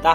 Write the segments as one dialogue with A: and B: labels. A: 大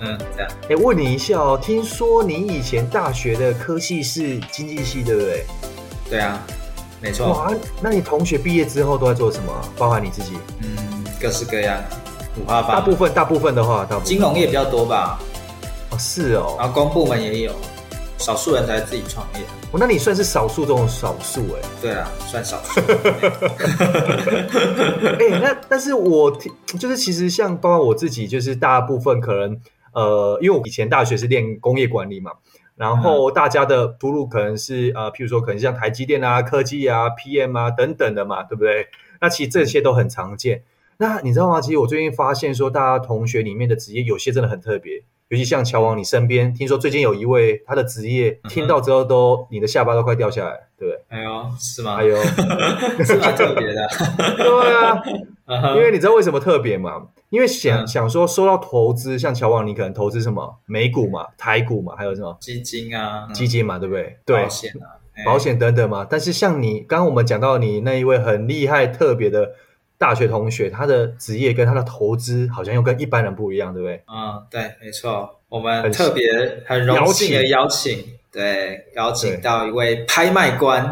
B: 嗯，这样
C: 哎、问你一下哦，听说你以前大学的科系是经济系，对不对？
B: 对啊，没错，
C: 哇，那你同学毕业之后都在做什么啊？包含你自己？
B: 嗯，各式各样，五花八
C: 大部
B: 门，
C: 分，大部分的话，大部分
B: 啊金融业比较啊多吧，
C: 哦，是哦，
B: 然后公部门也有，少数人才自己创业，
C: 哦那你算是少数中的少数哎、
B: 对啊，算少 数。
C: 哎、那但是我听就是其实像包括我自己，就是大部分可能呃，因为我以前大学是练工业管理嘛，然后
B: 嗯
C: 大家的出路可能是呃，譬如说可能像台积电啊、科技啊、PM 啊等等的嘛，对不对？那其实这些都很常见。那你知道吗？其实我最近发现说，大家同学里面的职业有些真的很特别，尤其像乔王你身边，听说最近有一位他的职业，听到之后都你的下巴都快掉下来，对不对？
B: 嗯哎呦，是吗？
C: 哎，呦，
B: 是蛮特别的。
C: 对啊，
B: 嗯哼
C: 因为你知道为什么特别吗？因为想、
B: 嗯
C: 想说收到投资，像乔王，你可能投资什么美股嘛、台股嘛，还有什么
B: 基金啊，
C: 基金嘛，对不对？
B: 嗯
C: 对
B: 保，险啊，哎
C: 保险等等嘛。但是像你刚刚我们讲到你那一位很厉害、特别的大学同学，他的职业跟他的投资好像又跟一般人不一样，对不对？
B: 嗯，对，没错，我们
C: 很
B: 特别很荣幸的邀请，对，邀
C: 对
B: 请到一位拍卖官，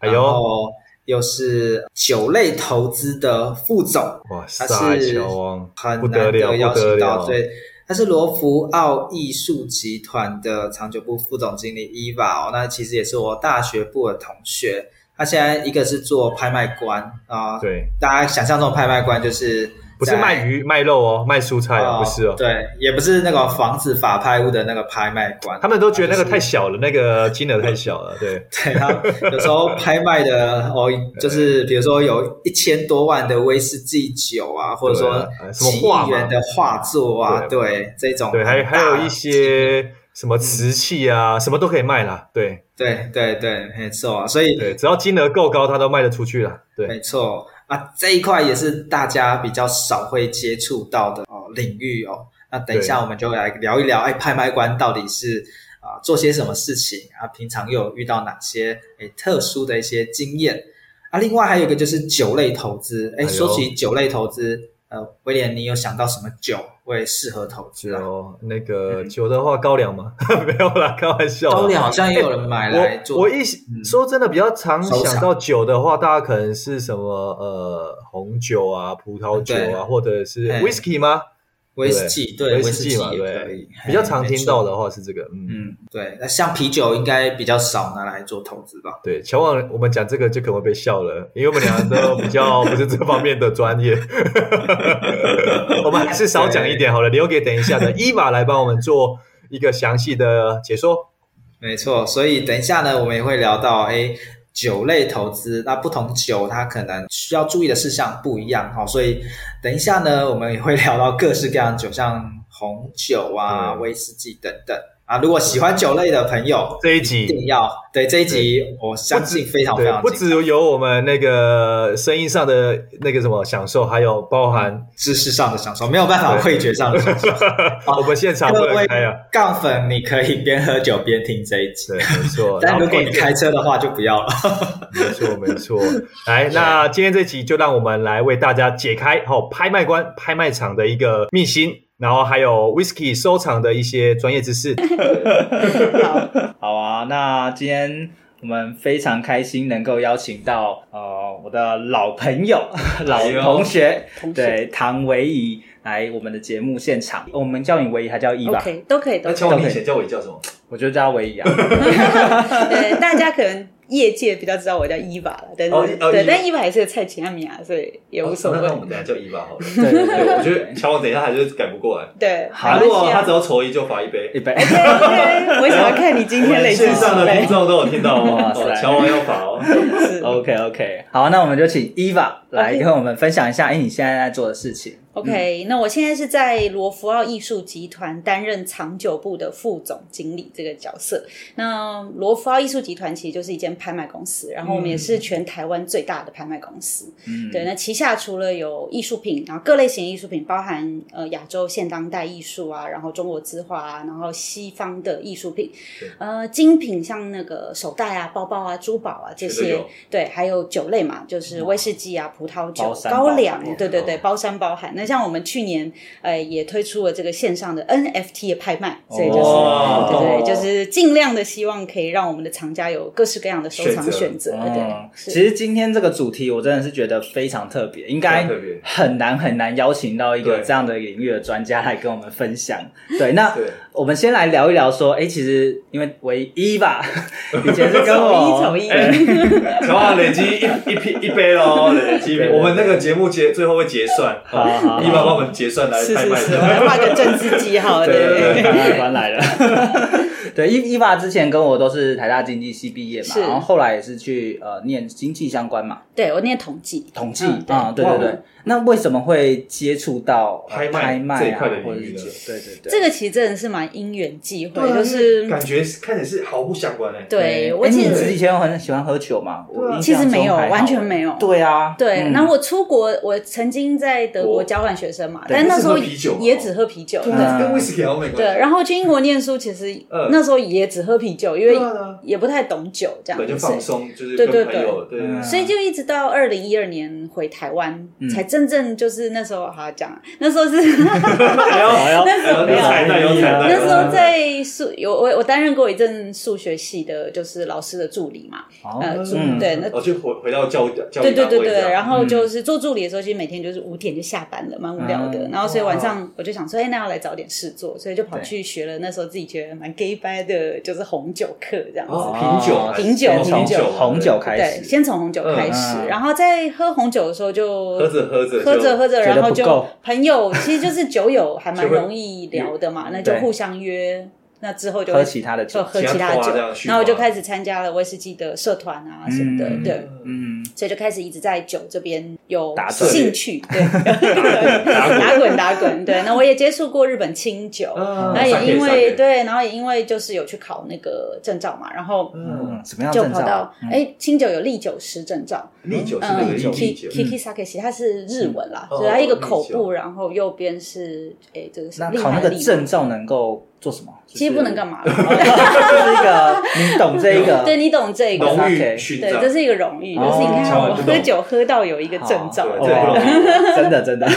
C: 哎
B: 然
C: 呦，
B: 后又是酒类投资的副总，
C: 哇
B: 他
C: 塞，
B: 是
C: 乔王
B: 很
C: 不得了，
B: 难得邀
C: 不得
B: 请到，
C: 了，
B: 对，他是罗福奥艺术集团的长久部副总经理伊娃哦，那其实也是我大学部的同学。他现在一个是做拍卖官啊、
C: 对，
B: 大家想象中的拍卖官就是
C: 不是
B: 在
C: 卖鱼卖肉哦，卖蔬菜哦，
B: 哦
C: 不是哦。
B: 对，也不是那个房子法拍屋的那个拍卖官，
C: 他们都觉得那个太小了，那个金额太小了，对。
B: 对，他有时候拍卖的哦，就是比如说有一千多万的威士忌酒啊，或者说
C: 对啊什么
B: 几
C: 画嘛
B: 亿元的画作啊，
C: 对
B: 对，这种
C: 对，还
B: 很
C: 还
B: 大嗯
C: 有一些什么瓷器啊，什么都可以卖啦。对
B: 对对对，没错，啊所以
C: 对，只要金额够高，它都卖得出去啦。对，
B: 没错啊，这一块也是大家比较少会接触到的哦领域哦。那等一下
C: 对
B: 我们就来聊一聊，哎，拍卖官到底是啊、做些什么事情啊？平常又有遇到哪些哎特殊的一些经验啊？另外还有一个就是酒类投资，
C: 哎
B: 哎，
C: 呦
B: 说起酒类投资，呃，威廉，你有想到什么酒会适合投资啊？
C: 有那个酒的话，高粱嘛， 没有啦，开玩笑啦。
B: 高粱好像也有人买来
C: 我
B: 做，
C: 我一
B: 嗯
C: 说真的，比较常
B: 收藏
C: 想到酒的话，大家可能是什么呃红酒啊、葡萄酒
B: 对
C: 啊，或者是
B: 哎
C: whisky 吗？
B: 威士忌，对，
C: 威
B: 威
C: 士
B: 士
C: 忌嘛，
B: 也可
C: 对
B: 以，，
C: 比较
B: 嘿
C: 常
B: 没
C: 听
B: 错
C: 到的话是这个，嗯。
B: 嗯，对，那像啤酒应该比较少拿来做投资吧？
C: 对，乔往我们讲这个就可能会被笑了，因为我们俩都比 较不是这方面的专业， 我们还是少讲一点好了，留给等一下的伊娃来帮我们做一个详细的解说。
B: 没错，所以等一下呢，我们也会聊到诶酒类投资，那不同酒它可能需要注意的事项不一样哈、哦，所以等一下呢，我们也会聊到各式各样的酒，像红酒啊、
C: 对
B: 威士忌等等啊。如果喜欢酒类的朋友，
C: 这一
B: 一
C: 集
B: 定要对这一集，我相信非常非
C: 对，
B: 常
C: 嗯不
B: 精
C: 只有我们那个声音上的那个什么享受，还有包 含
B: 知识上的享受，没有 办法
C: 对
B: 味觉上的享受。好
C: 我们现场不
B: 哦各
C: 能
B: 位
C: 开啊。
B: 杠粉，你可以边喝酒边听这一集。
C: 对，没错。然
B: 但
C: 后
B: 如果你开车的话，就不要了。
C: 没错，没错。来，那今天这集就让我们来为大家解开哦，拍卖官、拍卖场的一个秘辛。然后还有 whisky 收藏的一些专业知识。
A: 好啊，那今天我们非常开心能够邀请到呃我的老朋友、
D: 哎
A: 老同学，
E: 同学
A: 对唐维仪来我们的节目现场。我们叫你维仪，还叫一吧？
E: OK 都可以，都
C: 那
E: 可以。
C: 乔王，你以前叫我叫什么？
A: 我就叫他维仪啊。
E: 对，大家可能业界比较知道我叫伊娃了，但是、
C: 哦哦
E: 对，
C: 伊娃
E: 但伊娃也是个菜奇亚米啊亚，所以也无所
C: 哦
E: 谓。
C: 那那我们等一下叫伊吧好了。
A: 对对对，
C: 对，我
A: 我觉
C: 觉得
A: 得
C: 乔王等一下还是改不过来。
E: 对，
C: 啊，
A: 好
C: 如果他只
E: 走。
C: 要愁一就罚一杯。
A: 一杯。
E: 对对，我想要看你今天累积
C: 线上
E: 几
C: 的
E: 杯
D: 哎
C: 听。众都有听到哦
A: 哇，
C: 哦
A: 塞
C: 乔王要罚哦。
E: 是
A: OK OK，好，那我们就请 Eva 来
E: OK
A: 跟我们分享一下，哎，你现在在做的事情。
E: OK，、那我现在是在罗浮奥艺术集团担任长久部的副总经理这个角色。那罗浮奥艺术集团其实就是一间拍卖公司，然后我们也是全台湾最大的拍卖公司。
A: 嗯，
E: 对，那旗下除了有艺术品，然后各类型艺术品，包含呃亚洲现当代艺术啊，然后中国字画啊，然后西方的艺术品，呃，精品像那个手袋啊、包包啊、珠宝啊
C: 全
E: 这
C: 都
E: 些
C: 有，
E: 对，还有酒类嘛，就是威士忌啊、葡萄酒
A: 嗯包、山包
E: 高
A: 海
E: 粱，对对
C: 哦
E: 对，包山包海。那像我们去年呃也推出了这个线上的 NFT 的拍卖，所以就是。
A: 哇
E: 对对，就是尽量的希望可以让我们的藏家有各式各样的收藏
C: 选
E: 选择。
A: 哦
E: 对，
A: 其
E: 是
A: 实今天这个主题我真的是觉得非常特别，应该
C: 非常特别
A: 很难很难邀请到一个
C: 对
A: 这样的领域的专家来跟我们分 享。对，那
C: 对
A: 我们先来聊一聊说，哎，其实因为唯一 吧，以前是跟我
E: 丑一丑一
A: 哎
C: 乔王累积一一批一 杯
D: 哦
C: 喽，累积一杯。
A: 对对
C: 我们那个节目结最后会结算，
A: 好好好
C: 伊爸帮我们结算来
E: 是
A: 哎
C: 拍
E: 是
C: 卖
E: 是，我来画个正字记号，对
A: 对
E: 对
A: 对
E: 对。
A: 对，台湾来了。 对，伊伊爸之前跟我都是台大经济系毕业嘛，
E: 是
A: 然后后来也是去呃念经济相关嘛，
E: 对我念统计，
A: 统计
E: 嗯对
A: 啊、对
C: 哇
A: 对对。那为什么会接触到呃
C: 拍卖
A: 拍卖啊
C: 这一块的
A: 或者
C: 领域
A: 是
C: 呢
A: 对对哎对，
E: 这个其实真的是蛮因缘际会，
C: 对啊
E: 就是
C: 感觉是看起来是毫不相关哎。
E: 对
A: 哎
E: 我
A: 你
E: 记
A: 以
E: 得。
A: 前很喜欢喝酒嘛？
C: 啊
A: 我印
E: 其
A: 象
E: 实没有
A: 中还好
E: 完全没有
A: 对啊，
E: 对，
A: 嗯
E: 然后我出国，我曾经在德国交换学生嘛，
A: 对
E: 但那时候
C: 是喝啤酒吗
E: 也只喝啤酒。嗯
C: 对啊，跟威士忌毫无关系。
E: 对，然后去英国念书，其实
C: 嗯
E: 那时候也只喝啤酒，因
C: 对
E: 为
C: 啊，
E: 也不太懂酒这样
C: 对就
E: 子，
C: 放松，就是
E: 对
C: 跟
E: 对
C: 朋友对
A: 嗯
E: 所以就一直到二零一二年回台湾
A: 嗯，
E: 才真正就是那时候好好讲啊，那时候是
C: 哎呦
A: 哎呦
E: 那时候没有
C: 有彩蛋有彩蛋
E: 那时候在数有我我担任过一阵数学系的，就是老师的助理嘛，
A: 哦
E: 呃，助
A: 嗯
E: 对，那
C: 哦，就回回到教教育
E: 对对
C: 单
E: 对
C: 位这
E: 对，
C: 样
E: 然后就是做助理的时候，其实每天就是五点就下班了，蛮无聊的。
A: 嗯
E: 然后所以晚
C: 哦
E: 上我就想说，哎，那要来找点事做，所以就跑去学了那时候自己觉得蛮 gay 掰的，就是红酒课这样
C: 哦
E: 子。
C: 品酒还是
E: 品酒
A: 先哦从
E: 品酒
A: 红酒开
E: 对，
A: 始，
E: 先从红酒开
A: 嗯
E: 始，
A: 嗯
E: 然后在喝红酒的时候就
C: 喝着喝着
E: 喝着
C: 就
E: 喝着，
A: 觉得
E: 然后
A: 不
E: 就
A: 够
E: 朋友其实就是酒友，还 蛮
C: 就会嗯
E: 容易聊的嘛，那就
A: 对
E: 互相约，那之后就
A: 喝
E: 会
A: 其他的
E: 就
A: 酒，
E: 哦喝其他
C: 其他
E: 酒
C: 拖啊这样去，
E: 然后我就
C: 吗
E: 开始参加了威士忌的社团啊什么的，
A: 嗯
E: 对，
A: 嗯，
E: 所以就开始一直在酒这边有
A: 打滚
E: 兴趣，对，打滚打滚，对。那我也接触过日本清酒，
C: 嗯
E: 那也因
C: 上面
E: 为
C: 上面
E: 对，然后也因为就是有去考那个证照嘛，然后
C: 嗯，
A: 嗯，什么样
E: 就
A: 的证
E: 跑
A: 照
E: 到？
A: 嗯
E: 哎清酒有利酒师证照，
C: 历酒是那个
E: 嗯
C: 历酒
E: Ki-，Kiki Sake 其实它是日文啦，
C: 嗯
E: 所以它一个
C: 哦
E: 口
C: 利酒
E: 部，然后右边是哎这个是
A: 那
E: 厉
A: 考那
E: 害的
A: 个
E: 利
A: 证
E: 嘛，
A: 照能够做什么？
E: 其实不能干
A: 嘛，
E: 嘛，
A: 就是一个你懂这一个，
E: 对你懂这个
C: 荣誉
A: Sake
C: 勋
E: 对，
C: 章，
E: 这是一个荣誉，就是你
A: 哦
E: 看
C: 超
E: 我
C: 不懂
E: 喝酒喝到有一个证照
A: 好，
C: 对这不容易
A: 哦 真的真的，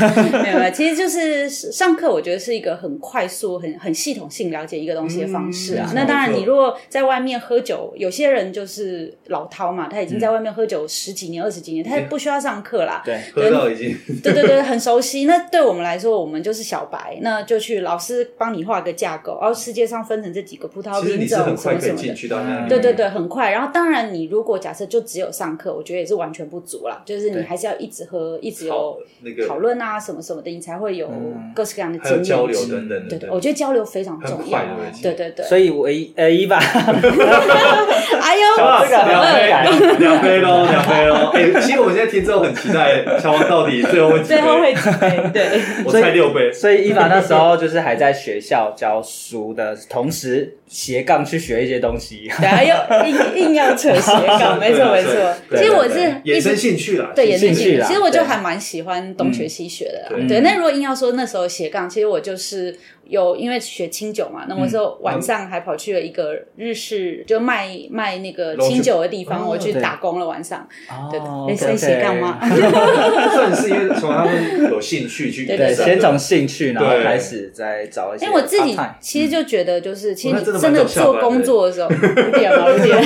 E: 没有没有，其实就是上课，我觉得是一个很快速、很很系统性了解一个东西的方式啊。
C: 嗯
E: 那当然，
C: 没错
E: 你如果在外面喝酒，有些人就是老饕嘛，他
C: 嗯
E: 已经在外面喝酒十几年、二十几年，他也不需要上课啦。
A: 对，
C: 喝到已经
E: 对对对，很熟悉。那对我们来说，我们就是小白，那就去老师帮你画个架构，然后世界上分成这几个葡萄
C: 其实
E: 品
C: 你是很
E: 种什
C: 快
E: 么
C: 可以
E: 什么的
C: 进。去到那里，
E: 对对对，很快。然后当然，你如果假设就只有上课，我觉得也是完全不足啦。就是你
A: 对
E: 还是要一直喝，一直
C: 好
E: 有
C: 那个
E: 讨论啊什么什么的，你才会有
A: 嗯
E: 各式各样的
C: 还有
E: 经
C: 交
E: 验
C: 流
E: 值。
C: 等等
E: 对
C: 的
E: 对，，我觉得交流非常
C: 很
E: 重
C: 快
E: 要啊
C: 的。
A: 对
E: 对对对，
A: 所以我一呃一吧，
E: 哎呦，
C: 哇
A: 这个
C: 两
A: 很
C: 杯
A: 感人
E: 哦
C: 两杯 喽，两杯喽！哎，其实我们现在听众很期待乔王到底最后会几杯
E: 最后会几杯？对，
C: 我猜六杯，
A: 所以伊凡那时候就是还在学校教熟的同时，斜杠去学一些东西。
E: 对啊，又硬硬要扯斜杠，没错没错。
A: 对
E: 其实我
A: 对
E: 是一
F: 衍
E: 直
F: 生兴趣啦，
A: 兴
E: 对，也
A: 趣
E: 是兴趣
A: 啦
E: 其实我就
A: 对
E: 还蛮喜欢东学西学的啦。
A: 嗯
E: 对，那如果硬要说那时候斜杠，其实我就是有因为学清酒嘛，那
F: 嗯
E: 我就晚上还跑去了一个日式，就卖卖那个清酒的地方，
A: 哦
E: 我去
A: 对
E: 打工了晚上。对，
A: 哦
E: 类似
A: OK，OK
E: 斜杠吗？
F: 算是因为从他们有兴趣去
E: 对
A: 对，
F: 引申
A: 先从兴趣，然后
F: 对
A: 开始再找一些。
E: 因为我自己其实就觉得，就是其实
F: 嗯哦
E: 你
F: 那真的蛮
E: 真的
F: 早下班
E: 做
F: 的
E: 工作 的时候，五点嘛，五点，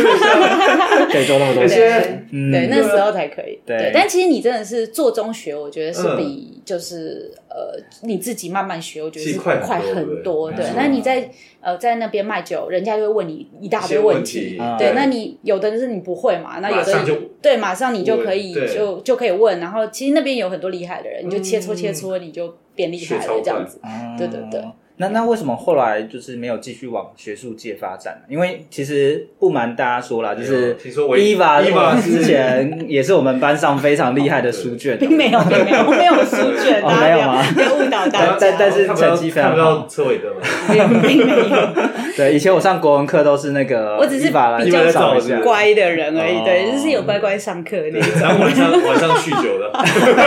A: 可以做那么多
F: 有
E: 对
A: 事。
F: 些
A: 嗯
E: 对，那时候才可以。
A: 对
E: 对，但其实你真的是做中学，我觉得是
F: 嗯
E: 比就是呃你自己慢慢学，我觉得
F: 其
E: 是
F: 实快很
E: 快
F: 多
E: 很多。
A: 对
E: 对
A: 没，错
E: 那你在呃在那边卖酒，人家就会问你一大
F: 一
E: 堆
F: 些
E: 问
F: 问
E: 题。
A: 啊
E: 对，那你有的是你不会嘛，那有
F: 马上就
E: 的对，马上你就可以
F: 对
E: 就就可以问，然后其实那边有很多厉害的人，你就切磋切磋，你就变厉害
F: 学
E: 了
F: 超快
E: 这样子。
A: 哦
E: 对对对。
A: 那那为什么后来就是没有继续往学术界发展呢？因为其实不瞒大家说啦， 就是
F: 听说我
A: Eva
F: Eva 是
A: 之前也是我们班上非常厉害的书卷，
E: 并没有，并没有，我没有书卷，
A: 哦
E: 大家
A: 没有吗
E: 不要不要误导大家。
A: 但但是
F: 看不到
A: 成绩非常
F: 看不到车尾灯嘛，
E: 并并没有。
A: 对，以前我上国文课都是那个，
E: 我只是
A: 把
E: 比较
A: 找一
F: 是
A: 下
F: 不是。
E: 乖的人而已，
A: 哦
E: 对，就是有乖乖上课那种。
F: 然后晚上晚上酗酒的，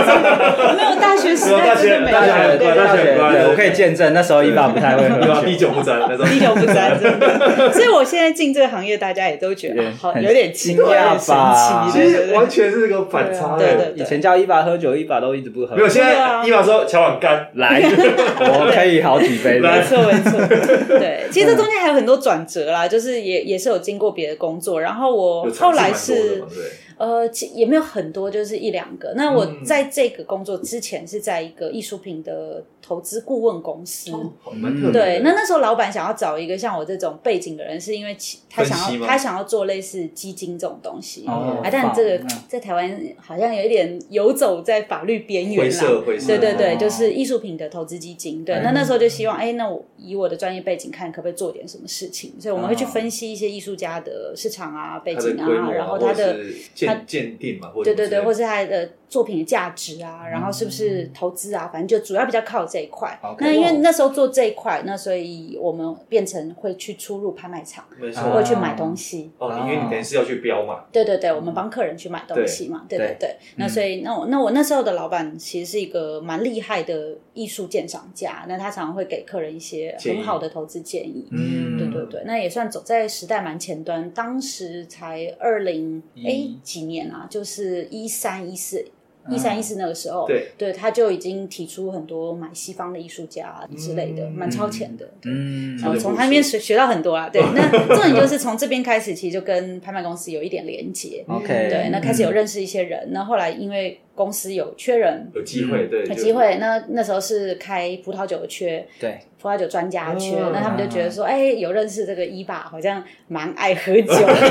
E: 没有大学时代真的没有，
F: 大学很乖
E: 对
F: 大学很乖
A: 对，我可以见证那时候一般不太会
F: 对吧？
A: 喝
F: 滴
A: 酒。
F: 酒不沾 那种。
E: 滴酒不沾，真的。所以我现在进这个行业，大家也都觉得
A: 有
E: 啊
A: 点
E: 好
A: 很
E: 有点
A: 惊
E: 奇怪
A: 讶
E: 很神
A: 吧
E: 奇，
F: 其
E: 对
F: 实
E: 对
F: 完
E: 对。
F: 全是个反差
E: 对啊
F: 欸，
E: 对
A: 以前叫一把喝酒，一把都一直不喝。
F: 没有。现在一把说乔碗干
A: 来，我可以好几杯
E: 没
A: 的。
E: 错，没错，对，其实
F: 嗯
E: 这中间还有很多转折啦，就是也也是有经过别的工作，然后我
F: 有
E: 后
F: 尝试
E: 来
F: 蛮多
E: 是
F: 的嘛对
E: 呃，其也没有很多，就是一两个。那我
F: 嗯
E: 在这个工作之前是在一个艺术品的投资顾问公司，
F: 好哦蛮特别的
E: 对，那那时候老板想要找一个像我这种背景的人，是因为其他
F: 分
E: 想
F: 析
E: 要
F: 吗
E: 他想要做类似基金这种东西。
A: 哦
E: 啊，但这个
A: 棒嗯
E: 在台湾好像有一点游走在法律边缘
F: 灰
E: 啦。
F: 色灰色，
E: 啊对对
F: 嗯
E: 对，
A: 哦
E: 就是艺术品的投资基金。对，那那时候就希望，哎，那我以我的专业背景看，可不可以做点什么事情？所以我们会去
A: 哦
E: 分析一些艺术家的市场啊、背
F: 啊它的
E: 景
F: 规模
E: 啊，
F: 啊，
E: 然后
F: 或
E: 他
F: 者
E: 的
F: 是
E: 他
F: 鉴鉴定嘛，或者
E: 对对对，或
F: 者嗯
E: 是他的作品的价值啊，然后是不是投资啊，反正就主要比较靠这一块。
A: OK
E: 那因为那时候做这一块，那所以我们变成会去出入拍卖场，
F: 没
A: 哦
F: 错
E: 会去买东西。
F: 哦，因为你等于是要去标嘛，
E: 对对对，我们帮客人去买东西嘛，对对对。那所以，那我那我那时候的老板其实是一个蛮厉害的艺术鉴赏家，那他常常会给客人一些
F: 建议
E: 很好的投资建议。
A: 嗯
E: 对对对，那也算走在时代蛮前端。当时才二零哎
A: 一
E: 几年啊，就是一三一四。一三一四那个时候，
F: 对
E: 他就已经提出很多买西方的艺术家、啊、之类的，蛮超前的。对
A: 嗯
E: 然后从
F: 这个
E: 他那边学学到很多啊。对，那重点就是从这边开始，其实就跟拍卖公司有一点连接。
A: ，OK，
E: 对，
A: 嗯
E: 那开始有认识一些人，那后来因为公司有缺人，
F: 有机会对，
E: 有
F: 就
E: 机会，那那时候是开葡萄酒的缺，
A: 对，哦
E: 葡萄酒专家缺，
F: 嗯
E: 那他们就觉得说，哎、有认识这个伊爸，好像蛮爱喝酒 的，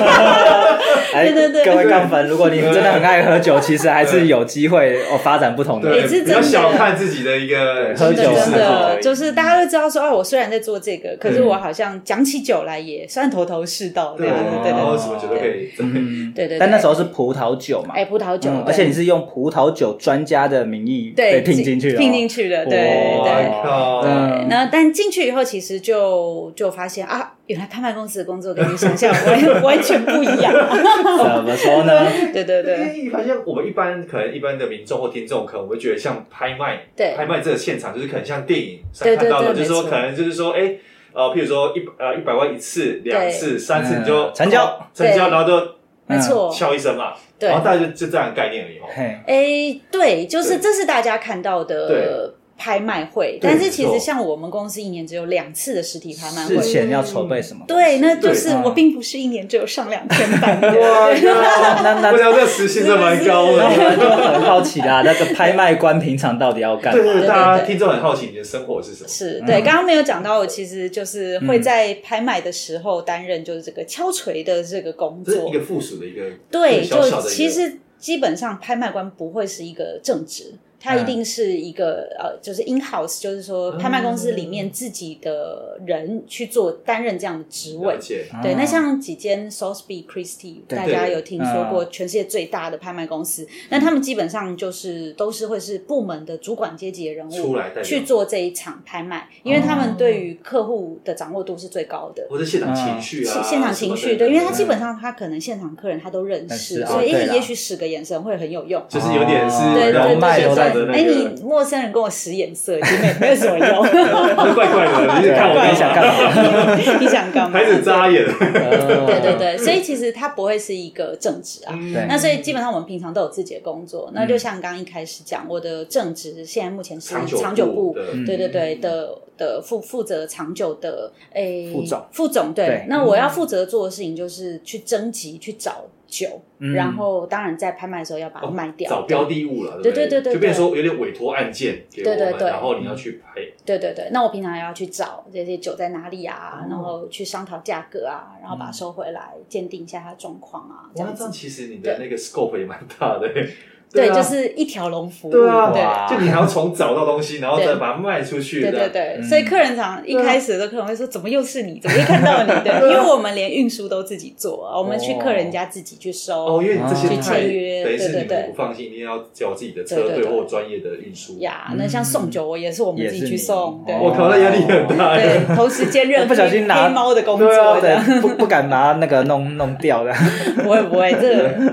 A: 哎，
E: 对对对
A: 各位杠粉，如果你们真的很爱喝酒，其实还是有机会哦，发展不同的。
F: 对，
E: 也是
F: 不要
E: 真的
F: 小看自己的一个
A: 喝
E: 真
A: 酒
F: 兴趣
E: 的真
F: 嗜好
E: 的
F: 而，已
E: 就是大家都知道说，哦，我虽然在做这个，
A: 嗯
E: 可是我好像讲起酒来也算头头是道这
F: 对，啊
E: 样子，对
F: 然
E: 对对
F: 后什么酒都可以，
A: 嗯，
E: 对对。
A: 但那时
E: 候，
A: 候是葡萄酒嘛，
E: 哎、葡萄酒，
A: 嗯
E: 对
A: 而且你是用葡萄酒专家的名义被
E: 对
A: 聘进去的哦，
E: 聘进去的，对对。
F: 哇靠
A: 嗯
E: 那但进去以后，其实就就发现啊，原来拍卖公司的工作跟你想象完完全不一 样。
A: 怎么说 呢？
E: 对对
F: 因
A: 啊
E: 对，
F: 为你发现我们一般可能一般的民众或听众，可能我会觉得像拍卖，
E: 对
F: 拍卖这个现场就是可能像电影上
E: 对
F: 看
E: 对
F: 到的，就
E: 对
F: 是说
E: 没错
F: 可能就是说，哎、呃，譬如说一呃一百万一次、两次、三次，
A: 嗯
F: 你就
A: 成交，
F: 成交，
E: 对
F: 然后就
E: 没错，
F: 敲一声嘛，
E: 对
F: 然后大家就就这样的概念而已哦。
A: 嘿，
E: 诶，对，就是
F: 对
E: 这是大家看到的
F: 对
E: 拍卖会，
F: 对
E: 但是其
F: 没
E: 实
F: 错
E: 像我们公司一年只有两次的实体拍卖
A: 事
E: 会。
A: 前要筹备什么？
E: 对，那就是
A: 对
F: 啊
A: 嗯
E: 我并不是一年只有上两天 班的，
F: 哇，啊
A: 那那那
F: 我想这个时薪真的蛮高
A: 那我
F: 的。
A: 们就很好奇啦，那个拍卖官平常到底要干
F: 对
A: 嘛？
F: 对
E: 对
F: 对，大家
E: 对
F: 听众很好奇你的生活是什么？
E: 是对。刚刚没有讲到，我其实就是
F: 嗯
E: 会在拍卖的时候担任就是这个敲锤的这个工
F: 这是
E: 作
F: 一，个附属的一个，一
E: 对，
F: 个小小的一
E: 就
F: 个哎
E: 其实基本上拍卖官不会是一个正职，它一定是一个、呃，就是 in house，就是说拍卖公司里面自己的人去做担任这样的职位
F: 了。解，
E: 对，
A: 啊
E: 那像几间 Sotheby Christie，
A: 对
E: 大
F: 对
E: 家
F: 对
E: 有听说
A: 嗯
E: 过全世界最大的拍卖公司，那他们基本上就是都是会是部门的主管阶级的人
F: 出
E: 物
F: 来代表
E: 嗯去做这一场拍卖，因为他们对于客户的掌握度是最高的。
F: 或者
A: 嗯
F: 现场情绪啊，
E: 现现场情绪，对，因为他基
F: 上
E: 本上他可能现场客人他都认
A: 但
E: 识，
A: 是
E: 所以
A: 哦对
E: 诶
A: 啦
E: 也许使个眼神会很有用。
F: 就是有点是
A: 哦
E: 对对
F: 然后
E: 对
A: 脉
F: 现
A: 都在
F: 在的
E: 对对，哎，
F: 那个
E: 你陌生人跟我使眼色，其实没没有什 么用。
F: 就怪怪的，就是看
A: 对
F: 我干
A: 你
F: 嘛
A: 想干嘛？
E: 你想干嘛？
F: 开始扎眼，
E: 对
A: 对
E: 对，对，所以其实它不会是一个正职啊。
A: 对
E: 那所以基本上我们平常都有自己的工作。那就像刚刚一开始讲，我的正职现在目前是
F: 长久
E: 长久部，
F: 的
A: 嗯
E: 对对对的的负负责长久的诶
A: 副总
E: 副总
A: 对
E: 对。那我要负责做的事情就是去征集去找酒，
A: 嗯
E: 然后当然在拍卖的时候要把它
F: 哦
E: 卖掉。
F: 找标的物了，
E: 对
F: 不
E: 对对对
F: 就变成
E: 对
F: 说有点委托案件给我
E: 对对
F: 们，
E: 对嗯
F: 然后你要去拍，
E: 对对对，那我平常也要去找这些酒在哪里啊，然后去商讨价格啊，然后把它收回来，鉴定一下它的状况啊，这
F: 哇，那
E: 样
F: 这
E: 子
F: 样。其实你的那个 scope 也蛮大的，
E: 对，
F: 啊
E: 就是一条龙服务。
F: 对啊
E: 对
A: 哇
F: 就你还要从找到东西，然后再
E: 对
F: 把它卖出去，
E: 对
F: 这样
E: 对对，
A: 嗯
E: 所以客人常一开始的客人会说：“怎么又是你？怎么又看到你？”对，因为我们连运输都自己做啊，我们去客人家自己去
F: 哦，
E: 收
F: 因为你这些
A: 去
F: 太
E: 签约
F: 等于是
E: 对对
F: 你
E: 对
F: 们不放心，一定要叫自己的
E: 对
F: 车
E: 对
F: 队
E: 对
F: 或专业的运输。
E: 呀。那像送酒，我也是我们自己去送，
A: 也
E: 对
A: 是你
F: 我靠，那压力很大。
E: 对，同时兼任
A: 不小心拿
E: 黑猫的工
A: 对
E: 作
A: 啊，
E: 的，
A: 对，不不敢把它那个弄弄掉的。
E: 不会不会，这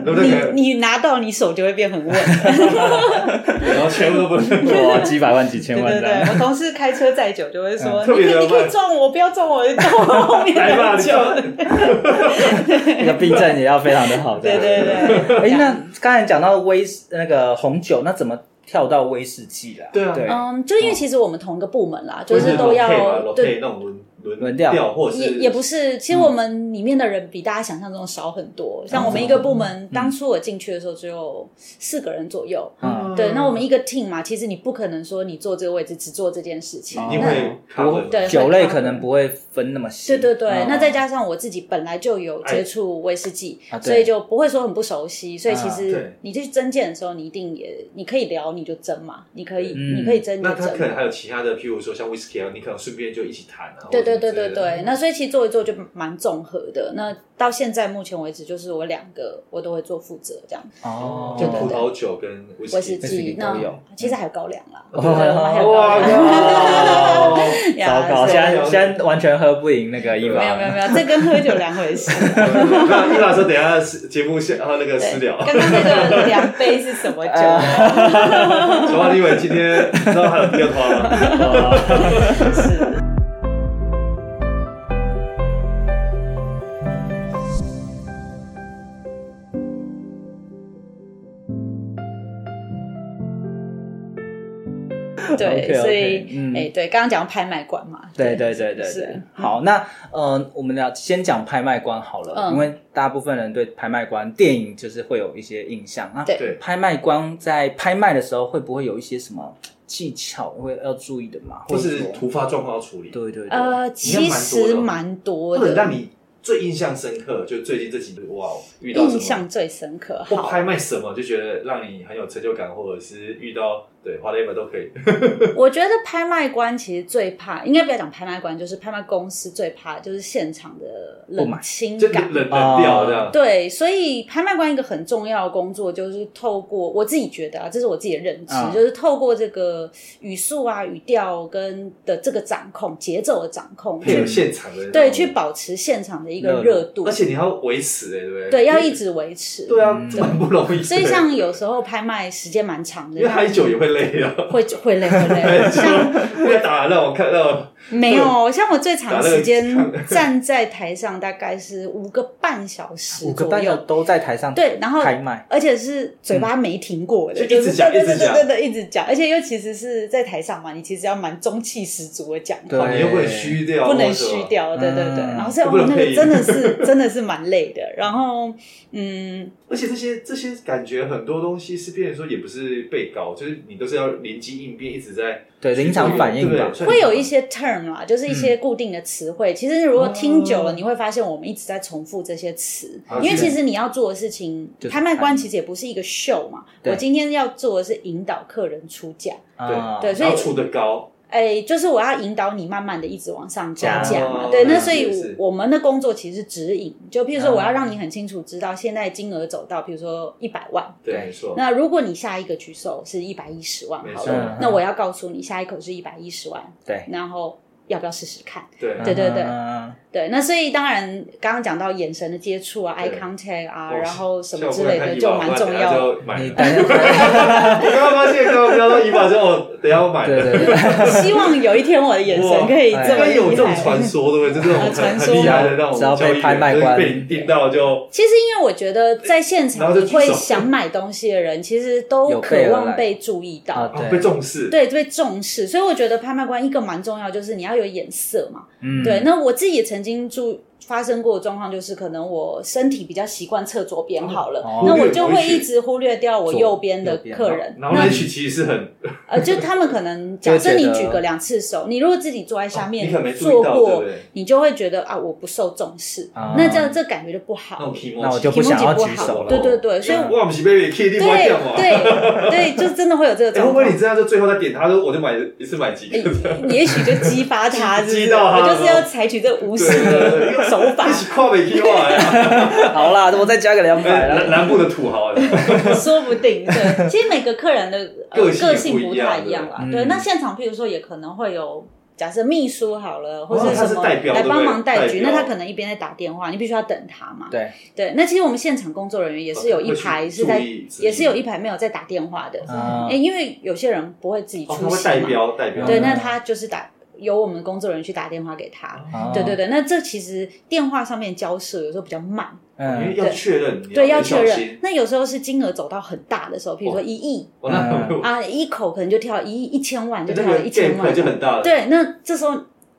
F: 对对
E: 个你你拿到你手就会变很 稳。
F: 然后全部都不能。
A: 哇，几百万、几
E: 对
A: 千
E: 对
A: 万
E: 对，
A: 的，
E: 我同事开车载酒就会说：“
F: 嗯特
E: 你
F: 别
E: 可以
F: 的
E: 你可
F: 慢
E: 以撞我，不要撞我，撞我后面
F: 来吧，
E: 的
F: 你
E: 酒。
F: 就
A: 那个避震也要非常的好。”
E: 对对对，
A: 哎，那刚才讲到威士那个红酒，那怎么跳到威士忌了？
F: 对啊
A: 对，
E: 嗯，就因为其实我们同一个部门啦，
F: 哦不
E: 就是都要
F: 老配
E: 对，
F: 那种轮轮
A: 轮调
F: 或者
E: 也
F: 是嗯
E: 也不是。其实我们里面的人比大家想象中少很多。像我们一个部门，当初我进去的时候只有四个人左右。
A: 嗯，
E: 对，那我们一个 team 嘛，其实你不可能说你坐这个位置只做这件事情。
A: 哦
F: 一定
E: 那
F: 会 cover
E: 对
A: 酒类可能不会分那么细。
E: 对对对，
A: 嗯哎
E: 那再加上我自己本来就有接触威士忌，
A: 啊对
E: 所以就不会说很不熟悉。所以其
F: 啊对
E: 实你去征件的时候，你一定也你可以聊，你就争嘛，你可以、
A: 嗯
E: 你可以争 就
F: 那他
E: 争
F: 可。能还有其他的，譬如说像 whisky 啊，你可能顺便就一起谈啊。
E: 对
F: 或者什么之类
E: 对对对
F: 的
E: 对，那所以其实做一做就蛮综合的。那到现在目前为止，就是我两个我都会做负责这样，
A: 哦，
F: 就
E: 对
F: 葡
E: 对对
F: 萄酒跟
E: 威士
F: whisky
A: 自己
E: 忌
A: 都有
E: 那其实还有高粱啦，
A: 哦
E: 对我们还有
F: 哇
E: 高
A: 糟
F: 靠！
E: 粱，呀
A: 糕，
E: 所以
A: 现在现在完全喝不赢那个一
E: 没有没有
A: 碗。
E: 没有，这跟喝酒两 回事。
F: 那 伊老师，等一下节目下然后那个私
E: 对，
F: 聊。
E: 刚刚那个两杯是什 么酒？啊
F: 小马，你以为今天你知道他有第二 套吗？
E: 对
A: 哦 OK，OK，
E: 所以
A: 嗯
E: 哎，对，刚刚讲拍卖馆嘛，
A: 对对对对对
E: 是，
A: 好，那呃，我们聊先讲拍卖官好了，
E: 嗯
A: 因为大部分人对拍卖官电影就是会有一些印象啊。
E: 对
F: 对
A: 拍卖官在拍卖的时候会不会有一些什么技巧会要注意的嘛？
F: 或
A: 者
F: 是
A: 说
F: 突发状况要处理，
A: 对对对，
E: 呃，其实蛮多
F: 或者让
E: 的，
F: 你最印象深刻，就最近这几哇遇到
E: 印
F: 什么
E: 象最深刻。
F: 或
E: 好，
F: 拍卖什么，就觉得让你很有成就感，或者是遇到对花了一本都可以。
E: 我觉得拍卖官其实最怕，应该不要讲拍卖官，就是拍卖公司最怕就是现场的冷清
F: 就
E: 感
F: 冷。冷掉这样。
E: 对，所以拍卖官一个很重要的工作就是透过我自己觉得啊，这是我自己的认知，
A: 啊
E: 就是透过这个语速啊、语调跟的这个掌控、节奏的掌控，
F: 配合
E: 去
F: 现场的，
E: 对去，保持现场的一
A: 热
E: 个
A: 度
E: 热度
F: 而，且你还要维持哎，对不对？
E: 对，要一直维持。
F: 对啊，这蛮不容易。
E: 所以像有时候拍卖时间蛮长 的，
F: 因为嗨酒也会累 啊，
E: 会会累会 累，像
F: 要打让我看到
E: 没有，哦像我最长时
F: 打那个
E: 间站在台上大概是五个半小时
A: 五个
E: 左
A: 半友
E: 右，
A: 都在台上
E: 对，然后
A: 拍卖，
E: 而且是嘴巴没停过的，
F: 嗯就一直讲
E: 就
F: 一
E: 是对
F: 直
E: 对
F: 讲
E: 对对对，一直讲，而且又其实是在台上嘛，你其实要蛮中气十足的讲话，
A: 对
F: 哦你又不能虚掉，
E: 不能
F: 或者什
E: 虚
F: 么。
E: 掉，对对对，
A: 嗯
E: 然后所以
F: 又不
E: 哦
F: 能
E: 那
F: 配
E: 个
F: 音
E: 真的是真的是蛮累的，然后嗯，
F: 而且这些这些感觉很多东西是变成说也不是被告，就是你都是要临机应变，一直在
A: 对临场反应吧，
F: 对嗯哦
E: 会有一些 term 啦，就是一些固定的词汇。其实如果听久了，你会发现我们一直在重复这些词，
F: 好
E: 因为
F: 是
E: 其实你要做的事情
A: 就，是
E: 拍卖官其实也不是一个秀嘛。
A: 对
E: 我今天要做的是引导客人出价，
A: 啊
E: 对，所以
F: 然后出的高，
E: 哎，就是我要引导你慢慢的一直往上加
A: 加
E: 价嘛，
F: 哦
E: 对，那
F: 是
E: 所以
F: 是啊
E: 我我们的工作其实是指引，就譬如说
A: 嗯
E: 我要让你很清楚知道现在金额走到，譬如说一百万，
F: 对，没错，
E: 那如果你下一个去售是一百一十万
F: 没
E: 好
F: 错
E: 了，
A: 嗯
E: 那我要告诉你下一口是一百一十万，
A: 对
E: 然后要不要试试看？
F: 对
E: 对对对
A: 嗯
E: 对，那所以当然刚刚讲到眼神的接触啊，eye
F: 对
E: contact 啊，
F: 哦
E: 然后什
F: 像
E: 么
F: 我
E: 之类
F: 刚才
E: 的
F: 一
E: 就
F: 把
E: 蛮
F: 我
E: 重
F: 等下
E: 要
F: 就
E: 的。
F: 要买
A: 你
F: 了。
A: 大家
F: 我刚刚发现，刚刚不要说一把就哦，等一下我买
A: 对
F: 了。
A: 对对，
E: 希望有一天我的眼神可以
A: 哇
F: 哎
E: 这
F: 应
E: 么
F: 该有
E: 厉
F: 这种
E: 害呃
F: 传。说，对不对？就 这种
E: 传
F: 很
E: 说
F: 很厉害的那种
A: 只要
F: 交易
A: 被
F: 员
A: 拍卖
F: 就是
A: 官
F: 被你盯到就哦
E: 其实，因为我觉得在现
F: 然
E: 场
F: 后就
E: 你会
F: 举手
E: 想买东西的人，其实都
A: 有
E: 渴
A: 备而
E: 望
A: 来
E: 被注意到
A: 啊，
F: 哦
A: 对
F: 被重视。
E: 对，被重视。所以我觉得拍卖官一个蛮重要，就是你要有眼色嘛。
A: 嗯
E: 对，那我自己也曾经注发生过的状况，就是可能我身体比较习惯侧左边好了，
A: 哦
E: 那
F: 忽
E: 我
F: 略
E: 就
F: 回
E: 会
F: 去
E: 一直忽略掉我
A: 左
E: 右边的
A: 右边
E: 客人。
F: 然后
E: 那
F: 那许其实是很，
E: 呃，就他们可能
A: 就
E: 假
A: 会
E: 设你
A: 觉得
E: 举个两次手，你如果自己坐在下
F: 哦
E: 面
F: 你可能没注意
E: 做
F: 到对
E: 过
F: 不对，
E: 你就会觉得啊，我不受重视，
A: 啊
E: 那这样这感觉就不
F: 那种
E: 好，
F: 提莫，
A: 那我就
E: 体
A: 不
E: 目
A: 想
E: 景
A: 要
E: 不
A: 举手
E: 好。
A: 了。
E: 对对对，所以我
F: 哇，我们是被气你不要
E: 对
F: 掉嘛。
E: 对对，就真的会有这个
F: 哎会
E: 状
F: 不
E: 况
F: 会。你这样就最后再点他，说我就买一次买几个？
E: 哎也许就激发他，是不
F: 激
E: 是？
F: 到他
E: 我
F: 了
E: 就是要采取这无
F: 对
E: 形
F: 对对
E: 的
F: 对
E: 手法
F: 一，起跨北去哇！
A: 好啦，我再加个两百
F: 哎 南
A: 啦。
F: 南部的土豪，啊
E: 说不定对。其实每个客人的、呃
F: 个性也
E: 个性
F: 不
E: 不
F: 一样
E: 太
F: 对
E: 一样啦
A: 嗯。
E: 对，那现场譬如说也可能会有。假设秘书好了，或
F: 哦
E: 者
F: 他
E: 什
F: 是
E: 么
F: 代表
E: 来
F: 对不对
E: 帮忙带局，
F: 代表
E: 那他可能一边在打电话，你必须要等他嘛。
A: 对
E: 对，那其实我们现场工作人员也是有一排是在
F: 哦会去注意自，己
E: 也是有一排没有在打电话的，
A: 啊
E: 哎，因为有些人不会自己
F: 哦，
E: 出
F: 他会
E: 席
F: 代嗯
E: 嘛。
F: 标代标，
E: 对，那他就是打由我们工作人员去打电话给他。
F: 哦
E: 哎对对对，那这其实电话上面交涉有时候比较慢，
F: 因为
A: 嗯，
F: 要确认，你
E: 对，要
F: 要
E: 确
F: 很小
E: 认
F: 心。。
E: 那有时候是金额走到很大的时候，譬如说一亿、
F: 哦，那
E: 啊，一口可能就跳一亿一千万，就
F: 那
E: 跳
F: 个
E: 了一千
F: gap
E: 万
F: 就。很大了。，
E: 对，那这时候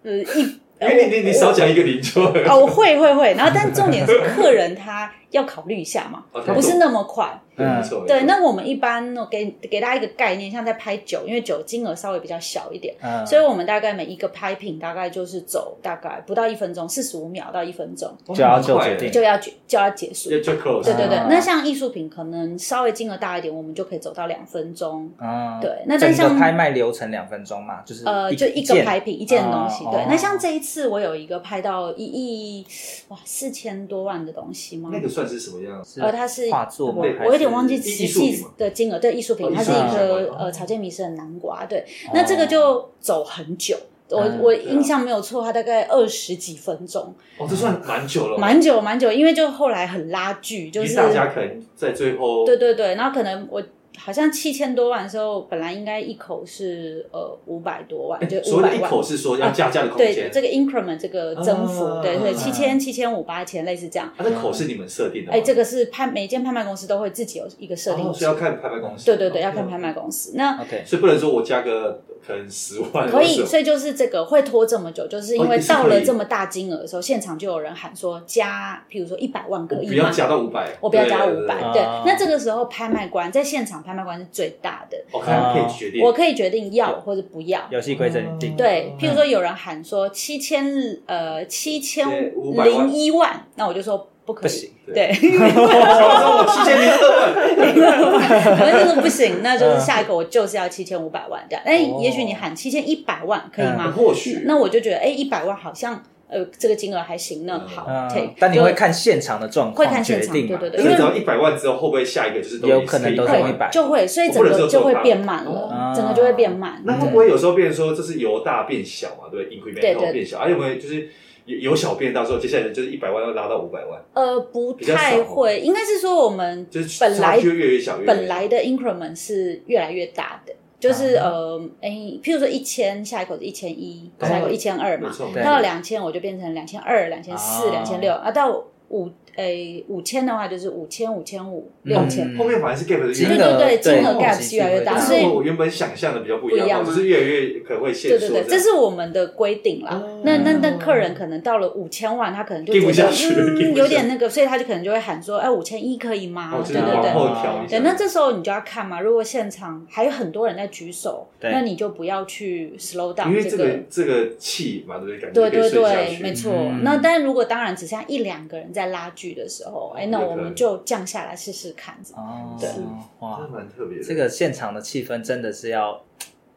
E: 呃一
F: 因为你你你少讲一个零就会
E: 哦会会会，然后但重点是客人他要考虑一下嘛，
F: 哦他懂
E: 不是那么快。
F: 对
A: 嗯
F: 没错没错哦
E: 对，那我们一般呢给给大家一个概念，像在拍酒，因为酒金额稍微比较小一点，
A: 嗯
E: 所以我们大概每一个拍品大概就是走大概不到一分钟，四十五秒到一分钟
F: 哦
A: 就要就
F: 很快
A: 决定
E: 就要结就要结束。
F: 要就 close，
E: 对对对
A: 啊，
E: 那像艺术品可能稍微金额大一点，我们就可以走到两分钟。
A: 啊，
E: 对，那
A: 整
E: 但
A: 个
E: 像
A: 拍卖流程两分钟嘛，就是
E: 呃，就一个
A: 件
E: 拍品一件东西。
A: 啊
E: 对
A: 哦，
E: 那像这一次我有一个拍到一亿哇四千多万的东西吗
F: 那？个算是什么样？
A: 是
E: 呃，它是
A: 画作吗
E: 我
F: 还是
E: 我有点忘记
F: 艺
E: 实
F: 艺术品
E: 际
F: 吗
E: 的金额，对艺术品
F: 哦，
E: 它是
A: 艺术
E: 一
A: 品
E: 个
F: 哦
E: 呃草间弥生的南瓜，对，那这个就走很久。我
A: 嗯
E: 我
F: 对啊
E: 印象没有错，它大概二十几分钟，
F: 哦，这算蛮久了，
E: 蛮久蛮久，因为就后来很拉锯，
F: 因
E: 就
F: 为
E: 是
F: 大家可能在最后
E: 对对对，然后可能我好像七千多万的时候，本来应该一口是呃五百多万，就
F: 哎
E: 五
F: 所谓的
E: 百
F: 一
E: 万。啊
F: 口是说要加价的空
E: 对
F: 间，
E: 这个 increment 这个增幅，
F: 啊
E: 对对，
F: 啊
E: 七千、七千五、八千，类似这样。
F: 啊，那口是你们设定的吗？
E: 哎，这个是拍每间拍卖公司都会自己有一个设定
F: 哦
E: 值
F: 所以要看拍卖公司，
E: 对对对，
F: 哦啊
E: 要看拍卖，公司。那
A: OK，
F: 所以不能说我加个可能十万，
E: 可以，
F: 或者
E: 所以就是这个会拖这么久，就是因
F: 哦
E: 为
F: 也是可以
E: 到了这么大金额的时候，现场就有人喊说加，譬如说一百万
F: 我
E: 可以
F: 不
E: 吗
F: 要？加到五百，
E: 我不要加
F: 对
E: 五
F: 对
E: 百
F: 对对，
E: 对
A: 啊。
E: 那这个时候拍卖官在现场拍卖官是最大的，
F: 哦，看可以决定，
E: 我可以决定要或者不要。
A: 游戏规则你定。
E: 对，
F: 嗯
E: 譬如说有人喊说七千呃七千
F: 对500
E: 零一万，那我就说不可
A: 不
E: 以
A: 行。
E: 对，
F: 我说我七千零二万，
E: 反正就是不行，那就是下一个我就是要七千五百万这样。哎，
A: 哦嗯
E: 也许你喊七千一百万可以吗？
F: 或许
E: 那我就觉得哎，一百万好像呃这个金额还行呢，
F: 嗯
E: 好
A: 嗯
E: take。，
A: 但你会看现场的状
E: 会看
A: 况
E: 现
A: 决
E: 场
A: 定嘛？
E: 对对对
F: 所以只要一百万之后，会不会下一个就是都
A: 有可能都是
F: 100万
A: 100
E: 就会，所以整
F: 我不能
E: 个
F: 只有
E: 就会
F: 做
E: 变
F: 它
E: 慢了
A: 哦，
E: 整个就会变慢。
F: 那会不会有时候变成说，这是由大变小嘛？对
E: 对对
F: ，incremental 变小，而啊有没有就是由由小变大之后，接下来就是一百万要拉到五百万，
E: 呃，不
F: 比较
E: 太
F: 少
E: 会，应该是说我们
F: 就是
E: 本来
F: 差距越来越小，越来
E: 本
F: 越小
E: 来的 increment 是越来越大的，就是、
A: 啊
E: 呃，哎，譬如说一千，下一口是一千一，
F: 对
E: 下一口一千二
F: 没
E: 嘛，
F: 错，
A: 对
E: 到两千我就变成两千二、两千四、
A: 啊
E: 两千六啊，到五诶五千的话就是五千、五千五、
F: 嗯
E: 六千，
A: 嗯
F: 后面反而是 gap 的
A: 金
E: 对
F: 越
A: 额
F: 大。
E: 对对，
A: 对
E: 金额 gap 是越来越大，
F: 但
E: 所
F: 是
E: 以
F: 我原本想象的比较不一
E: 不一
F: 样，
E: 样
F: 我
E: 吗
F: 只是越来越可能会限
E: 对
F: 缩
E: 对
F: 这
E: 对，
F: 样。
E: 这是我们的规定啦。那那那客人可能到了五千万，他可能就
F: 哦
E: 觉
F: 定不下
E: 得
F: 去定
E: 嗯
F: 不下
E: 有点那个，所以他就可能就会喊说：“哎，五千一可以吗
F: 哦，？”就
E: 对
F: 是
E: 对
F: 往
E: 对。
F: 后调一下。
E: 对，那这时候你就要看嘛。如果现场还有很多人在举手，
A: 对
E: 那你就不要去 slow
F: 因
E: down
F: 为
E: 这
F: 这
E: 个
F: 个这个气嘛，对不对？感觉
E: 对
F: 可以
E: 对
F: 顺下
E: 对，
F: 去
E: 没错。
A: 嗯
E: 那但如果当然只剩下一两个人在拉锯的时候，哎，那
F: 有可
E: 我
F: 能
E: 们就降下来试试看。
A: 哦，
E: 对
F: 真的
A: 哇，
F: 啊蛮特别的。
A: 这个现场的气氛真的是要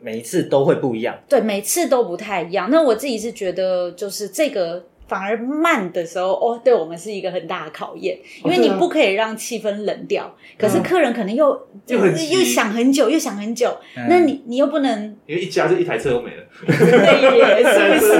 A: 每一次都会不一样。
E: 对，每次都不太一样。那我自己是觉得，就是这个反而慢的时候，哦，对我们是一个很大的考验，因
F: 哦啊
E: 为你不可以让气氛冷掉。可是客人可能又、
F: 嗯又很急
E: 又想很久，又想很久，
A: 嗯
E: 那你你又不能
F: 因为一家就一台车都没了，
E: 累耶，是不是？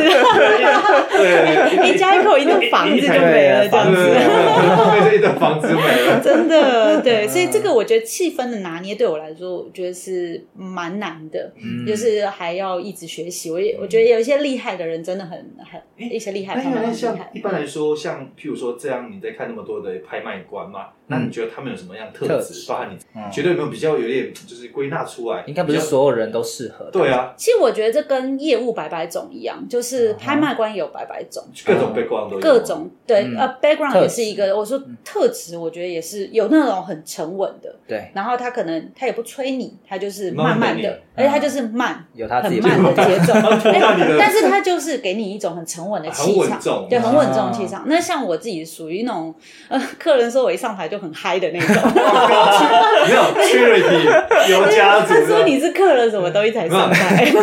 F: 对，
E: 一家 一口一栋房子就没了，这样
F: 对啊对对，对
E: 子。
F: 对一栋房 子就没了。
E: 真的，对，所以这个我觉得气氛的拿捏对我来说，我觉得是蛮难的，就是还要一直学习。我也我觉得有一些厉害的人真的很很一些厉害，
F: 那
E: 他
F: 因
E: 们
F: 为
E: 很厉
F: 哎像
E: 害
F: 一。般来说，像譬如说这样，你在看那么多的拍卖官嘛，那你觉得他们有什么样的特
A: 嗯特
F: 质？
A: 质
F: 包含你
A: 嗯
F: 觉得有没有比较有点就是归纳出来？
A: 应该不是
F: 比较
A: 所有人都适合的。嗯
F: 对啊，
E: 其实我觉得这跟业务百百种一样，就是拍卖官也有百百种，
F: 各种背光都有
E: 各种对
A: 嗯
E: 呃 background
A: 特质
E: 也是一个。我说特质，我觉得也是有那种很沉稳的，
A: 对，
E: 然后他可能他也不催你，他就是
F: 慢慢
E: 慢慢
F: 给你
E: 的，而且他就是慢，
A: 有他自
E: 很
A: 己
E: 慢的节 奏，
F: 拖到你的
E: 哎但是它就是给你一种很沉稳的气
F: 很稳重
E: 场，对，很稳重
A: 啊
E: 的气场。那像我自己属于那种，呃，客人说我一上台就很嗨的那种，
F: 没有 charity 有家族
E: 他说
F: 的，嗯
E: 你是客人，什么东西才上台？
F: 因为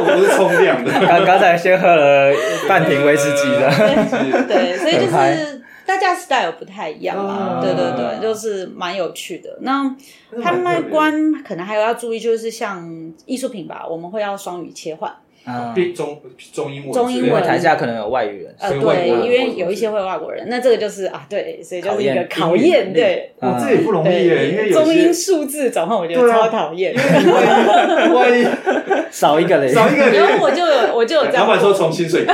F: 我是冲量的，
A: 刚刚才先喝了半瓶威士忌的，
F: 的，
E: 对，所以就
A: 很嗨
E: 是大家 style 不太一样
F: 啊
E: 嘛，对对对，就是蛮有趣的。那
F: 是
E: 拍卖
F: 蛮特别的
E: 官可能还有要注意，就是像艺术品吧，我们会要双语切换。
A: 嗯
F: 对中中英文
E: 中英
A: 因为
E: 文
A: 台下可能有外语人，
E: 呃，
F: 所以外
E: 对，
F: 国人
E: 因
F: 或者
E: 为有
F: 哦是
E: 一些会外国人，那这个就是啊，对，所以就是一个
A: 考
E: 考
A: 验英语能
E: 验，
A: 力
E: 对，
F: 哇，这也不容易耶，因为有
E: 中英
F: 些
E: 数字转换，我觉得
F: 对啊
E: 超讨厌。
F: 万一万一
A: 少一个人，
F: 少一个
E: 然后
F: 人，
E: 我就有我就有这
F: 老
E: 样，
F: 板说从薪 水扣，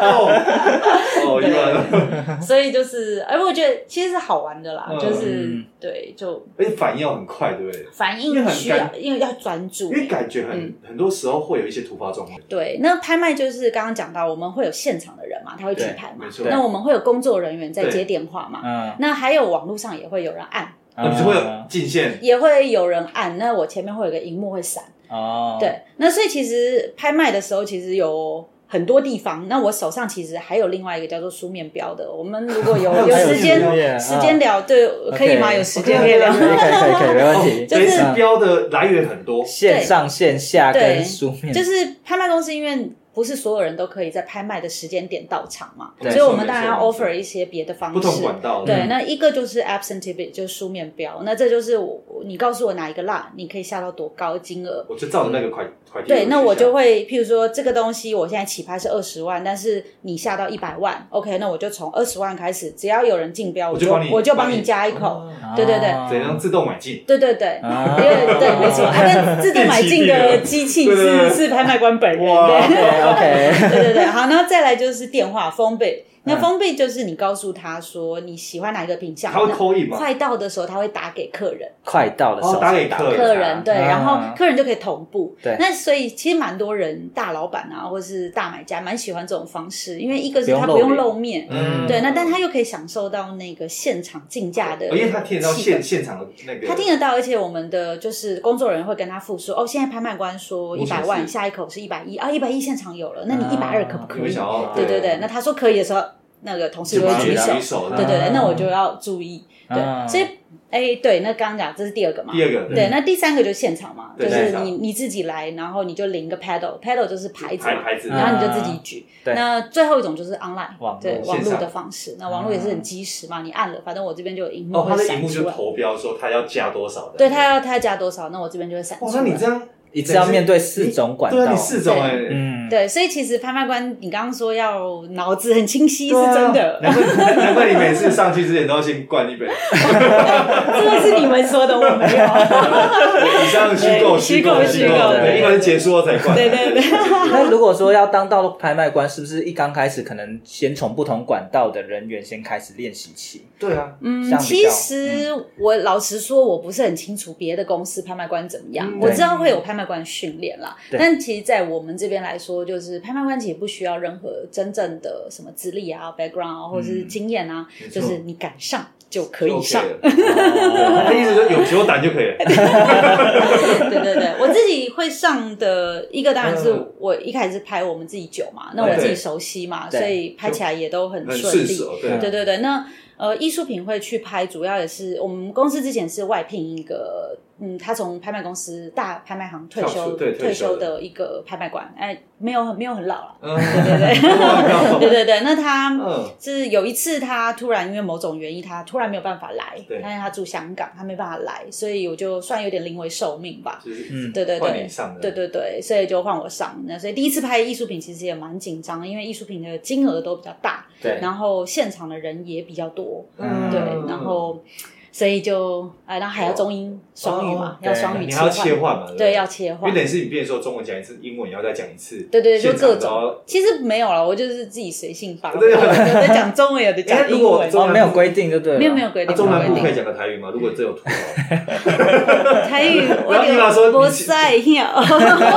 F: 哦，一万，
E: 所以就是，哎，我觉得其实是好玩的啦，
F: 嗯
E: 就是对，就
F: 而且哎反应要很快，对不对？
E: 反
F: 因为
E: 应
F: 很
E: 需要，
F: 干
E: 因为要专注
F: 因。为感觉
E: 嗯
F: 很很多时候会有一些突发状况，
E: 对，那拍卖就是刚刚讲到，我们会有现场的人嘛，他会举
A: 对
E: 牌嘛
F: 没，错
E: 那我们会有工作人员在
F: 对
E: 接电话嘛，
A: 嗯，啊
E: 那还有网络上也会有人按，
F: 那啊不是会有进线，
E: 也会有人按，那我前面会有个荧幕会闪。
A: 哦，，
E: 对，那所以其实拍卖的时候，其实有很多地方。那我手上其实还有另外一个叫做书面标的。我们如果有有时
F: 书面啊
E: 间时间聊，对，可以吗？有哦时间可以聊。
A: 可以可以可以可以，没问题。
F: 这次
C: 嗯
F: 标的来源很多，
A: 线上线下跟
E: 对
A: 书面，
E: 就是拍卖公司，因为不是所有人都可以在拍卖的时间点到场嘛，
A: 对
E: 所以我
F: 没
E: 们
F: 错
E: 当然要
F: 没错
E: offer 一些别的方
F: 不同嗯
E: 式。
F: 管道，
E: 对，那一个就是 absentee bid，就是书面标，那这就是我你告诉我哪一个蜡，你可以下到多高的金额，
F: 我就照着那个快快递，啊
E: 嗯对，那我就会，譬如说这个东西，我现在起拍是二十万，但是你下到一百万，OK，那我就从二十万开始，只要有人竞标，
F: 我
E: 我
F: 就
E: 就
F: 帮你哦
E: 我就
F: 帮
E: 帮
F: 你
E: 你加一口，
A: 啊
E: 对对对
F: 怎样自动买进，
E: 对对对，
A: 啊
E: 因为对没错，啊，但自动买进的机器
F: 对对对
E: 是是拍卖官本人，
F: 哇
E: 对
A: OK，
E: 对对对，好，那再来就是电话封
F: 嗯
E: 闭，那封闭就是你告诉他说你喜欢哪一个品相，
F: 他会
E: 那
F: 扣印吗？
E: 快到的时候他会打给客人。
A: 快到的时候
F: 哦打给客人
E: 客人对，
A: 啊
E: 然后客人就可以同步。
A: 对
E: 那所以其实蛮多人大老板啊，或是大买家蛮喜欢这种方式，因为一个
A: 不
E: 是
A: 用
E: 他
A: 露
E: 不用
A: 脸
E: 露面，
F: 嗯
E: 对，那但他又可以享受到那个现场竞价的气氛，
F: 哦因为他听得到现现场的那个，
E: 他听得到，而且我们的就是工作人员会跟他复述哦，现在拍卖官说
F: 目
E: 一
F: 前
E: 百
F: 是
E: 万，下一口是一百一啊，一百一现场有了，那你一百二可不可
F: 因为
E: 以？
F: 想要
E: 嗯对对对，那他说可以的时候，那个同事
F: 就
E: 就
F: 帮
E: 会
F: 你
E: 举手
F: 举，手，
E: 对对
A: 啊
E: 对，那我就要注意。
A: 啊
E: 对，所以哎，对，那刚刚讲这是第二个嘛，
F: 第二个
E: 对，那第三个就是现场嘛，
F: 嗯对
E: 就
F: 现
E: 是
F: 场
E: 你你自己来，然后你就领一个 paddle，paddle 就是牌子
F: 牌
E: 嘛，
F: 牌子，
E: 然后你就自己举。
A: 啊对
E: 那最后一种就是 online，
A: 网络
E: 对
F: 线
E: 网络
F: 上
E: 的方式。那网络也是很及时嘛，你按了，反正我这边就有荧幕
F: 哦，他
E: 嗯会
F: 的荧
E: 闪
F: 幕就
E: 出来。
F: 投标说他要加多少的，
E: 对他要他要加多少，那我这边就会闪
F: 哇，
E: 出
F: 哦那
E: 来
F: 你。这样
A: 一次要面对四种管道，
F: 对啊，你四种哎、
A: 嗯，
E: 对，所以其实拍卖官，你刚刚说要脑子很清晰，是
F: 对啊
E: 真的。
F: 难怪难怪你每次上去之前都要先灌一 杯，啊
E: 这个是你们说的，我没 有。
F: 以上虚构
E: 对虚
F: 构
E: 构
F: 虚
E: 虚构
F: 对，
E: 对
F: 一般是结束后才灌。
E: 对对对，
A: 那如果说要当到拍卖官，是不是一刚开始可能先从不同管道的人员先开始练习起？
F: 对啊，
E: 嗯
A: 相，比较
E: 其实我老实说，我不是很清楚别的公司拍卖官怎么样，
F: 嗯
E: 我知道会有拍卖官训练啦，
A: 对
E: 但其实，在我们这边来说，就是拍卖官其实不需要任何真正的什么资历啊、background 啊，或者是经验啊，
F: 没错
E: 就是你敢上就可以
F: OK
E: 上。
F: 了。哦他意思就是有酒胆就可以了。
E: 对对对，我自己会上的一个当然是我一开始是拍我们自己酒嘛，那我自己熟悉嘛，
A: 对
E: 所以拍起来也都很
F: 很
E: 顺
F: 顺
E: 利。
F: 手，对啊
E: 对对对，那呃，艺术品会去拍，主要也是我们公司之前是外聘一个，嗯，他从拍卖公司大拍卖行退
F: 跳
E: 休
F: 出对退
E: 退
F: 休
E: 休
F: 的
E: 的一个拍卖官，哎，没有很没有很 老了，
F: 嗯，
E: 对对
F: 嗯
E: 对，对对对，那他
F: 嗯
E: 是有一次，他突然因为某种原因，他突然没有办法来，
F: 对
E: 但是他住香港，他没办法来，所以我就算有点临危受命吧。
F: 就是
A: 嗯
E: 对对
F: 换你
E: 对，
F: 上的，
E: 对对对，所以就换我上。那所以第一次拍艺术品其实也蛮紧张的，因为艺术品的金额都比较大，
A: 对
E: 然后现场的人也比较多，
F: 嗯
E: 对，然后所以就哎，然后还要中英双语嘛，
F: 哦
E: 要双语
F: 你还要切
E: 切换，
F: 换嘛？
E: 对，
F: 不
E: 要切
F: 因为
E: 换。
F: 等于是你变成说中文讲一次，英文也要再讲一次，
E: 对对，就
F: 现场哦
E: 各
F: 都要
E: 种。其实没有了，我就是自己随性发挥，
F: 对
E: 有
F: 啊
E: 的讲中文，有的
F: 哎
E: 讲
F: 如
E: 英
F: 果
E: 文，
F: 中
A: 哦，没有规定就
F: 哎
A: 对了，
E: 没有没有规
F: 那
E: 定，
F: 啊中
E: 没有
F: 南部
E: 规
F: 可
E: 定
F: 以讲个台语吗？如果真有图的话，
E: 台语，我
F: 然后你妈说
E: 就
F: 你
E: 不在 呀，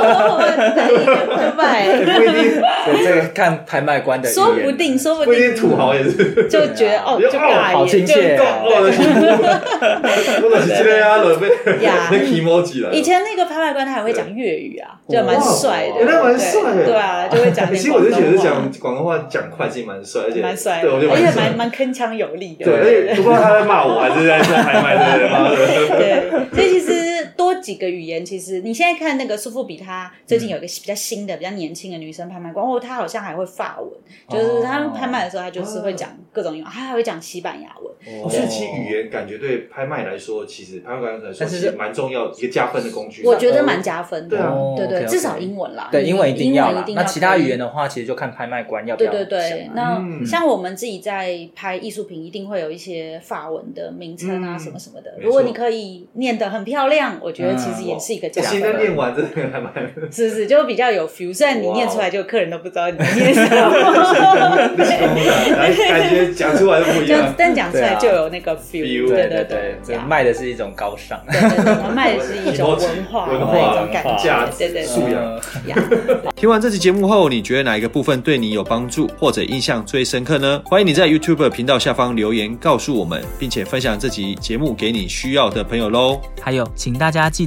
E: 台语就不
F: 也
E: 拜，
F: 不一定，
A: 对，这个看拍卖官的意愿
E: 说不定，说
F: 不
E: 不
F: 一定
E: 定
F: 土豪也是。
E: 就觉得哦，就尬
A: 好亲
E: 耶，
A: 切
E: 就
A: 啊
F: 我的啊我的是这个啊，准备
E: 呀
F: 那 emoji 了。
E: 以前那个拍卖官他还会讲粤语啊，就蛮帅
F: 哇
E: 的，
F: 那蛮帅的
E: 对对啊，就会讲
F: 其
E: 点
F: 实我
E: 广
F: 就
E: 东
F: 觉得
E: 话
F: 讲，广东话讲快其实蛮帅，而且
E: 蛮帅的，
F: 对，我觉得
E: 而且
F: 帅
E: 蛮蛮铿锵有力的，
F: 对，而且不知道他在骂我还是在说拍卖，对对妈的。
E: 对，所以其实多几个语言，其实你现在看那个苏富比，他最近有一个比较新的、比较年轻的女生拍卖官，哦，她好像还会法文，就是她们拍卖的时候，她就是会讲各种语言，她还会讲西班牙文。
A: 哦
F: 所以其实语言感觉对拍卖来说，其实拍卖官来说
A: 但是
F: 其实蛮重要一个加分的工具。
E: 我觉得蛮加分的，
F: 对啊
A: 哦
E: 对对
A: OK，OK
E: 至少英文啦，
A: 对
E: 你
A: 英文一定要
E: 英文
A: 啦
E: 一。定
A: 那
E: 要
A: 其他
E: 可以
A: 语言的话，其实就看拍卖官要不
E: 对
A: 要
E: 对
A: 想
E: 对
A: 啊，
E: 那
F: 嗯
E: 像我们自己在拍艺术品，一定会有一些法文的名称啊，
F: 嗯
E: 什么什么的
F: 没。错
E: 如果你可以念得很漂亮，我觉得其实
A: 嗯
E: 也是一个
F: 我
E: 加
F: 现
E: 分。
F: 在念完真的还蛮，
E: 是不是就比较有 feel？虽然你念出来，就客人都不知道你在念什
F: 那是功
E: 么，
F: 能哎感觉讲出来都不一
E: 就
F: 样。
E: 但讲出来就有那个
F: feel，
E: feel，
A: 对
E: 对
A: 对对，这
E: 对，
A: 卖的是一种高尚。
E: 对对对，我们卖的是一种文化，
F: 文化
E: 一种感
F: 价
E: 觉，
F: 值
E: 对对
F: 素
E: 对
F: 养
A: 呃
E: 呀。
D: 听完这期节目后，你觉得哪一个部分对你有帮助，或者印象最深刻呢？欢迎你在 YouTube 频道下方留言告诉我们，并且分享这集节目给你需要的朋友喽。
G: 还有，请大家记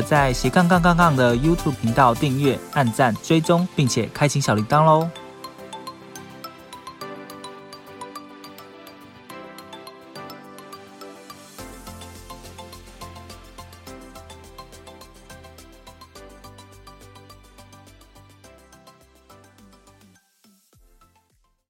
G: 在斜杠杠杠杠的 YouTube 频道订阅、按赞、追踪，并且开启小铃铛喽。